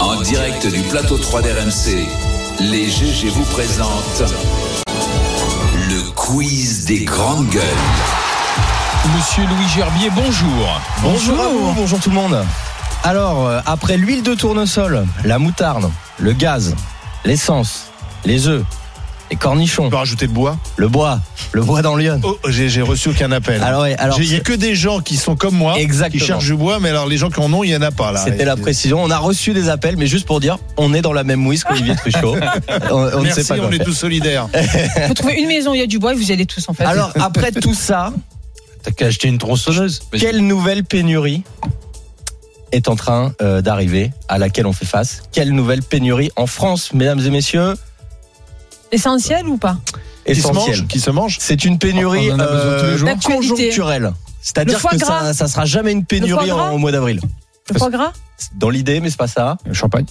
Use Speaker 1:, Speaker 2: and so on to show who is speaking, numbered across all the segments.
Speaker 1: En direct du plateau 3 d'RMC, les GG vous présentent le quiz des grandes gueules.
Speaker 2: Monsieur Louis Gerbier, bonjour.
Speaker 3: Bonjour, à vous, bonjour tout le monde. Alors, euh, après l'huile de tournesol, la moutarde, le gaz, l'essence, les œufs, les cornichons,
Speaker 4: On peut rajouter le bois.
Speaker 3: le bois, le bois dans l'Yonne.
Speaker 4: Oh, j'ai j'ai reçu aucun appel.
Speaker 3: Alors, ouais, alors
Speaker 4: J'ai- Il n'y a que des gens qui sont comme moi,
Speaker 3: Exactement.
Speaker 4: qui cherchent du bois, mais alors les gens qui en ont, il n'y en a pas là.
Speaker 3: c'était
Speaker 4: Et-
Speaker 3: la précision. On a reçu des appels, mais juste pour dire, on est dans la même mouise qu'Olivier Truchot. on on ne
Speaker 4: Merci,
Speaker 3: sait pas quoi
Speaker 4: on est
Speaker 3: faire.
Speaker 4: tous solidaires.
Speaker 5: Vous trouvez une maison où il y a du bois et vous y allez tous en fait.
Speaker 3: Alors, après tout ça,
Speaker 2: T'as qu'à acheter une tronçonneuse.
Speaker 3: quelle nouvelle pénurie est en train euh, d'arriver, à laquelle on fait face Quelle nouvelle pénurie en France, mesdames et messieurs
Speaker 5: Essentiel ou pas
Speaker 4: Qui se
Speaker 3: Essentielle.
Speaker 4: mange Qui se mange
Speaker 3: C'est une pénurie
Speaker 2: On en a besoin
Speaker 3: euh,
Speaker 2: tous les jours.
Speaker 5: D'actualité.
Speaker 3: conjoncturelle.
Speaker 5: Le
Speaker 3: C'est-à-dire
Speaker 5: foie
Speaker 3: que ça,
Speaker 5: gras.
Speaker 3: ça sera jamais une
Speaker 5: Le
Speaker 3: pénurie
Speaker 5: foie
Speaker 3: en-
Speaker 5: gras.
Speaker 3: au mois d'avril.
Speaker 5: Le foie gras
Speaker 3: Dans l'idée, mais c'est pas ça.
Speaker 2: champagne.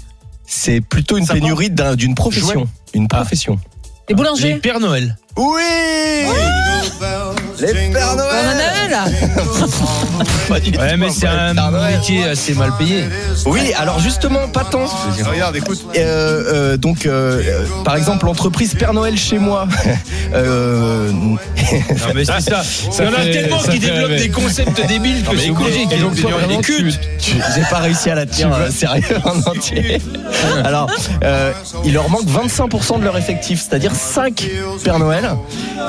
Speaker 3: C'est plutôt une
Speaker 4: Ça
Speaker 3: pénurie d'un- d'une profession. Une profession.
Speaker 5: Les boulangers
Speaker 2: Père Noël.
Speaker 3: Oui Les Pères
Speaker 5: On en a un là
Speaker 2: Ouais, mais c'est un métier assez mal payé.
Speaker 3: Oui, alors justement, pas tant.
Speaker 4: Ah, Regarde, écoute.
Speaker 3: Euh, euh, donc, euh, euh, par exemple, l'entreprise Père Noël chez moi. euh,
Speaker 2: Non, mais c'est ça. Il y en a tellement qui développent des concepts débiles que c'est obligé qu'ils ont des cultes.
Speaker 3: tu- J'ai pas réussi à la tenir euh, sérieux en entier. Alors, euh, il leur manque 25% de leur effectif, c'est-à-dire 5 Père Noël.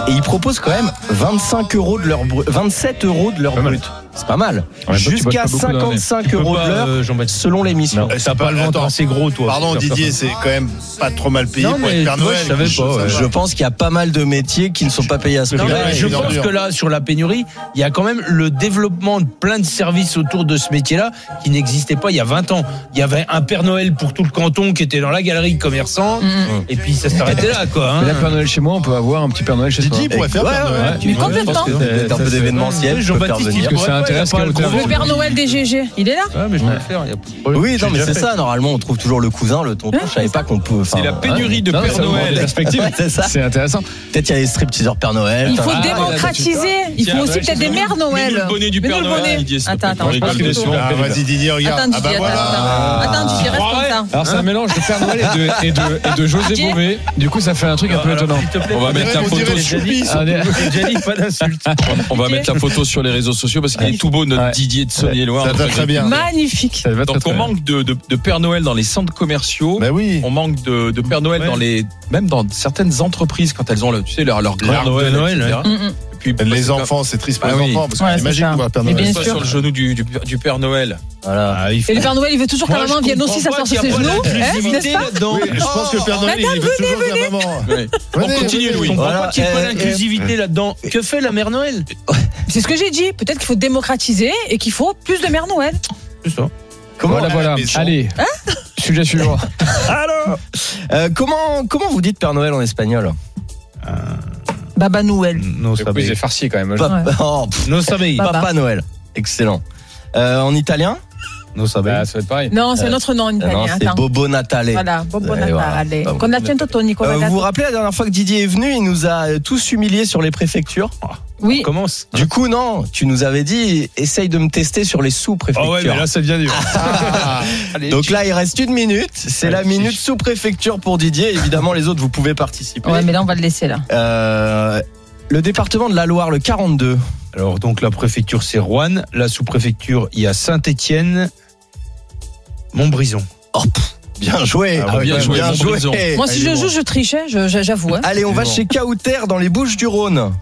Speaker 3: Et ils proposent quand même 25 euros de leur bru- 27 euros de leur brut. C'est pas hein, mal.
Speaker 2: Ouais, toi, tu bosses
Speaker 3: Jusqu'à
Speaker 2: pas beaucoup dans l'année.
Speaker 3: 55
Speaker 2: Tu peux
Speaker 3: euros
Speaker 2: pas,
Speaker 3: de l'heure
Speaker 2: euh, Jean-Baptiste.
Speaker 3: selon les missions.
Speaker 4: Non.
Speaker 2: T'as pas le ventre
Speaker 4: Attends.
Speaker 2: assez gros, toi.
Speaker 4: Pardon Didier, c'est quand même pas trop mal payé
Speaker 2: Non,
Speaker 4: pour
Speaker 2: mais
Speaker 4: être Père
Speaker 2: toi,
Speaker 4: Noël.
Speaker 2: je savais
Speaker 4: quelque
Speaker 2: pas,
Speaker 4: chose
Speaker 2: ouais.
Speaker 4: comme ça.
Speaker 3: Je pense qu'il y a pas mal de métiers qui ne sont pas payés à ce
Speaker 2: Non,
Speaker 3: prix-là.
Speaker 2: mais
Speaker 4: Ouais,
Speaker 2: je
Speaker 4: il est
Speaker 2: pense
Speaker 4: dur.
Speaker 2: que là, sur la pénurie, il y a quand même le développement de plein de services autour de ce métier-là qui n'existait pas il y a 20 ans. Il y avait un Père Noël pour tout le canton qui était dans la galerie commerçant,
Speaker 5: Mm.
Speaker 2: et puis ça s'arrêtait Mm. là, quoi. hein.
Speaker 6: Mais là, Père Noël chez moi, on peut avoir un petit Père Noël chez toi.
Speaker 4: Didier pourrait faire
Speaker 3: Ouais,
Speaker 4: Père
Speaker 3: ouais,
Speaker 4: Noël.
Speaker 3: ouais.
Speaker 5: Mais
Speaker 6: Ouais, je pense
Speaker 5: complètement
Speaker 6: que
Speaker 3: C'est
Speaker 6: ça-
Speaker 3: un peu
Speaker 6: ça-
Speaker 3: d'événementiel, je peux faire
Speaker 2: Jean-Baptiste, il
Speaker 3: venir.
Speaker 6: que
Speaker 2: pourrait
Speaker 6: ça
Speaker 2: pas, il a
Speaker 6: intéresse
Speaker 2: pas
Speaker 6: qu'à
Speaker 2: le
Speaker 6: hauteur.
Speaker 2: gros.
Speaker 5: Le Père Noël des GG, il est là
Speaker 2: Ouais, mais je vais le faire, il y a pas de problème.
Speaker 3: Oui, non, mais
Speaker 4: déjà
Speaker 3: c'est
Speaker 4: fait.
Speaker 3: ça. Normalement, on trouve toujours le cousin, le tonton. Je savais pas qu'on peut.
Speaker 7: C'est la pénurie de
Speaker 6: Non,
Speaker 2: Ah,
Speaker 7: Père
Speaker 6: ça vous rend des
Speaker 7: Noël.
Speaker 6: perspectives.
Speaker 3: Ouais, c'est ça.
Speaker 6: C'est intéressant.
Speaker 3: Peut-être il y a les stripteaseurs Père Noël.
Speaker 5: Il faut
Speaker 3: t'as-
Speaker 5: démocratiser Il
Speaker 7: Tiens,
Speaker 5: faut aussi
Speaker 7: Noël,
Speaker 5: peut-être des
Speaker 7: c'est
Speaker 5: mères
Speaker 7: Mets-nous
Speaker 5: Noël
Speaker 7: le bonnet du
Speaker 5: Mets-nous
Speaker 7: Père
Speaker 5: le
Speaker 7: Noël,
Speaker 5: bonnet.
Speaker 7: Didier, s'il te
Speaker 5: Attends,
Speaker 7: plaît.
Speaker 5: attends,
Speaker 7: On rigole
Speaker 5: attends,
Speaker 7: bien sûr.
Speaker 4: Ah, Vas-y Didier, regarde.
Speaker 5: attends,
Speaker 4: ah bah
Speaker 5: Didier, attends,
Speaker 4: voilà.
Speaker 5: attends. Attends, Didier, reste comme ça.
Speaker 6: Alors, c'est un mélange de Père Noël et de, et de, et de José
Speaker 5: Didier
Speaker 6: Bové. Du coup, ça fait un truc un peu
Speaker 2: Alors,
Speaker 6: étonnant.
Speaker 2: s'il te plaît,
Speaker 7: On va
Speaker 2: pas
Speaker 7: mettre
Speaker 2: de-
Speaker 7: la
Speaker 4: on
Speaker 7: photo
Speaker 4: dirait
Speaker 7: sur-
Speaker 4: Choupi,
Speaker 6: Ah, des-
Speaker 2: Et Jenny, pas d'insulte.
Speaker 7: on va
Speaker 5: Didier.
Speaker 7: mettre la photo sur les réseaux sociaux parce qu'il est tout beau notre
Speaker 6: Ouais.
Speaker 7: Didier de Saône-et-Loire.
Speaker 4: Ça va très bien.
Speaker 5: Magnifique
Speaker 6: Ça va très,
Speaker 7: Donc
Speaker 6: très
Speaker 7: on
Speaker 6: bien.
Speaker 7: manque de, de- de Père Noël dans les centres commerciaux.
Speaker 4: Bah oui.
Speaker 7: On manque de, de Père Noël
Speaker 2: Ouais.
Speaker 7: dans les même dans certaines entreprises quand elles ont le, tu sais leur, leur grand
Speaker 4: L'arbre
Speaker 7: Noël,
Speaker 2: de Noël,
Speaker 7: etc.
Speaker 5: Mm, mm.
Speaker 7: Et puis,
Speaker 4: Les
Speaker 7: bah,
Speaker 4: enfants, c'est triste pour
Speaker 7: Ah
Speaker 4: les
Speaker 7: oui.
Speaker 4: enfants parce
Speaker 5: Ouais,
Speaker 4: qu'on
Speaker 5: c'est
Speaker 4: imagine
Speaker 5: ça.
Speaker 4: qu'on va Père
Speaker 5: Mais
Speaker 4: Noël.
Speaker 5: bien
Speaker 7: c'est pas
Speaker 5: sûr.
Speaker 7: sur le genou du, du- du Père Noël.
Speaker 3: Voilà.
Speaker 2: Ah, il faut-
Speaker 5: Et le Père Noël, il veut toujours que
Speaker 2: Moi,
Speaker 5: la maman
Speaker 2: je
Speaker 5: vienne aussi
Speaker 2: comprends
Speaker 5: s'asseoir
Speaker 2: pas
Speaker 5: sur
Speaker 2: qu'il
Speaker 5: ses
Speaker 2: y a pas
Speaker 5: genoux, hein,
Speaker 2: d'inclusivité
Speaker 5: n'est-ce pas
Speaker 2: là-dedans.
Speaker 4: Oui, je pense que Père Noël, il veut toujours hein. la maman.
Speaker 7: Ouais. on
Speaker 4: Venez,
Speaker 7: continue
Speaker 4: venez.
Speaker 7: Louis.
Speaker 2: Je comprends
Speaker 3: Voilà,
Speaker 2: pas qu'il n'y ait pas
Speaker 3: euh,
Speaker 2: d'inclusivité là-dedans. Que fait la mère Noël
Speaker 5: C'est ce que j'ai dit, peut-être qu'il faut démocratiser et qu'il faut plus de mères Noël.
Speaker 2: C'est ça.
Speaker 3: Comment,
Speaker 6: Voilà,
Speaker 4: à la
Speaker 6: voilà.
Speaker 4: maison.
Speaker 6: Allez. Sujet suivant.
Speaker 3: euh, comment, comment vous dites Père Noël en espagnol
Speaker 5: Baba Noël.
Speaker 2: Non, ça
Speaker 6: Le quiz est farci quand même.
Speaker 3: Papa, oh, pff,
Speaker 2: Non, ça va.
Speaker 5: Papa.
Speaker 3: Papa Noël. Excellent. Euh, en italien
Speaker 2: Non, ça
Speaker 6: Bah, ça va être pareil.
Speaker 5: Non, c'est un autre nom en
Speaker 3: Ah non,
Speaker 5: italien.
Speaker 3: c'est
Speaker 5: Attends.
Speaker 3: Bobo Natale.
Speaker 5: Voilà, Bobo
Speaker 3: Et Eh, voilà.
Speaker 5: Natale.
Speaker 3: Bobo
Speaker 5: Con accento tonico.
Speaker 3: Euh, vous
Speaker 5: ragazzi.
Speaker 3: vous rappelez la dernière fois que Didier est venu, il nous a euh, tous humiliés sur les préfectures.
Speaker 2: Ah.
Speaker 5: Oui,
Speaker 2: Commence.
Speaker 3: Du coup, non, tu nous avais dit, essaye de me tester sur les sous-préfectures.
Speaker 2: Oh
Speaker 6: ça devient dur.
Speaker 3: Donc là, il reste une minute. C'est la minute sous-préfecture pour Didier. Évidemment, les autres, vous pouvez participer.
Speaker 5: ouais, mais là, on va le laisser là.
Speaker 3: Euh, le département de la Loire, le 42.
Speaker 2: Alors, donc, la préfecture, c'est Rouen. La sous-préfecture, il y a Saint-Étienne. Montbrison.
Speaker 3: Bien joué.
Speaker 4: Ah ouais,
Speaker 7: bien joué, bon brisant.
Speaker 3: Eh,
Speaker 5: Moi, si je joue, je trichais, je- je- j'avoue. hein.
Speaker 3: Allez, on va
Speaker 2: Bon.
Speaker 3: chez Caouter dans les Bouches du Rhône.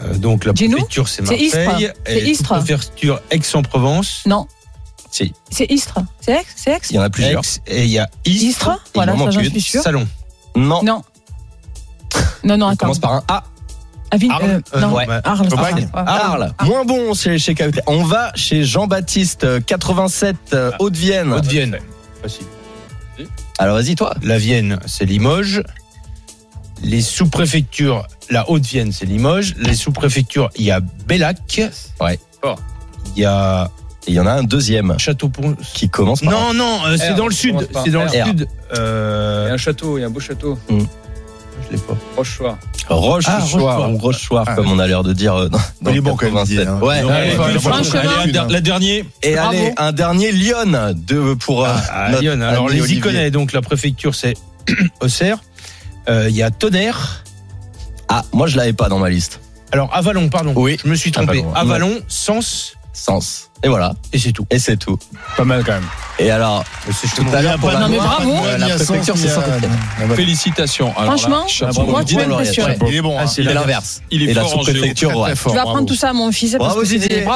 Speaker 2: Euh, donc, la
Speaker 5: Dis-nous.
Speaker 2: préfecture, c'est
Speaker 5: C'est Istres.
Speaker 2: Marseille.
Speaker 5: C'est
Speaker 2: Et
Speaker 5: Istres.
Speaker 2: la préfecture, Aix-en-Provence.
Speaker 5: Non.
Speaker 3: Ah. Si.
Speaker 5: C'est Istres. C'est Aix C'est Aix
Speaker 3: Il y en a plusieurs.
Speaker 2: Aix, et il y a Istres.
Speaker 5: Istres Voilà,
Speaker 3: il m'en
Speaker 5: ça, j'en
Speaker 3: manque
Speaker 5: suis sûr.
Speaker 2: Salon.
Speaker 3: Non.
Speaker 5: Non. Non, non,
Speaker 3: On
Speaker 5: attends.
Speaker 3: commence par un A.
Speaker 5: Avign-
Speaker 2: Arles,
Speaker 5: euh, non,
Speaker 2: ouais.
Speaker 5: Arles.
Speaker 4: Aubagne.
Speaker 5: Arles, ouais.
Speaker 3: Ah, Arles. Moins bon chez, chez Caouter. On va chez Jean-Baptiste, euh, 87, euh, Haute-Vienne.
Speaker 2: Haute-Vienne.
Speaker 3: Alors vas-y, toi.
Speaker 2: La Vienne, c'est Limoges. Les sous-préfectures, la Haute-Vienne, c'est Limoges. Les sous-préfectures, il y a Bellac.
Speaker 3: Ouais.
Speaker 2: Fort. Il y a
Speaker 3: Et Il y en a un deuxième
Speaker 2: Château-Pont.
Speaker 3: qui commence par.
Speaker 2: Non, non, euh, c'est
Speaker 6: R,
Speaker 2: dans le
Speaker 6: ça
Speaker 2: sud.
Speaker 6: commence par
Speaker 2: C'est dans le
Speaker 3: R.
Speaker 2: sud.
Speaker 6: Il y a
Speaker 2: Euh,
Speaker 6: un château, il y a un beau château.
Speaker 3: je l'ai pas.
Speaker 6: Rochefort.
Speaker 3: Roche-Choir,
Speaker 2: Rochechouart.
Speaker 3: ou Roche-Choir, comme on a l'air de dire euh, dans,
Speaker 4: Il
Speaker 3: dans
Speaker 4: est
Speaker 3: le
Speaker 4: bon, quand même,
Speaker 3: 87.
Speaker 4: Didier, hein.
Speaker 3: Ouais.
Speaker 4: Non,
Speaker 3: Allez,
Speaker 4: il est
Speaker 2: allez,
Speaker 4: bon,
Speaker 2: allez,
Speaker 4: il est bon.
Speaker 2: allez,
Speaker 4: Une, hein.
Speaker 7: La dernière,
Speaker 3: Et
Speaker 5: Bravo.
Speaker 3: allez, un dernier Lyon de, pour. euh,
Speaker 2: Ah,
Speaker 3: notre
Speaker 2: Lyon. Alors,
Speaker 3: ami
Speaker 2: les
Speaker 3: Olivier.
Speaker 2: Iconais, donc la préfecture, c'est Auxerre. Euh, Il y a Tonnerre.
Speaker 3: Ah, moi je l'avais pas dans ma liste.
Speaker 2: Alors, Avalon, pardon.
Speaker 3: Oui.
Speaker 2: Je me suis trompé.
Speaker 3: Avalon.
Speaker 2: Avalon, Sens,
Speaker 3: Sens. Et voilà.
Speaker 2: et c'est tout.
Speaker 3: Et c'est tout.
Speaker 6: Pas mal quand même.
Speaker 3: Et alors, tout à l'heure, pour
Speaker 5: de
Speaker 3: la,
Speaker 5: Non, mais
Speaker 4: Pas de
Speaker 5: bravo.
Speaker 7: Bah,
Speaker 4: Moine,
Speaker 3: la
Speaker 4: ni à Sens,
Speaker 3: préfecture,
Speaker 4: ni
Speaker 3: c'est
Speaker 4: à-
Speaker 3: Saint-Étienne.
Speaker 7: euh, félicitations. Alors là,
Speaker 5: Franchement,
Speaker 7: chapeau.
Speaker 3: bravo,
Speaker 5: moi, tu
Speaker 3: dis-le
Speaker 5: vas être
Speaker 3: dans l'oreillette.
Speaker 2: Ah,
Speaker 5: impressionné.
Speaker 4: Il est bon. hein.
Speaker 3: c'est l'inverse.
Speaker 7: Il est
Speaker 3: Et la
Speaker 7: fort en géo.
Speaker 3: sous-préfecture, ouais.
Speaker 5: Tu vas apprendre tout ça à mon fils. parce
Speaker 3: Bravo,
Speaker 5: que c'est-
Speaker 3: Didier.
Speaker 5: Bravo.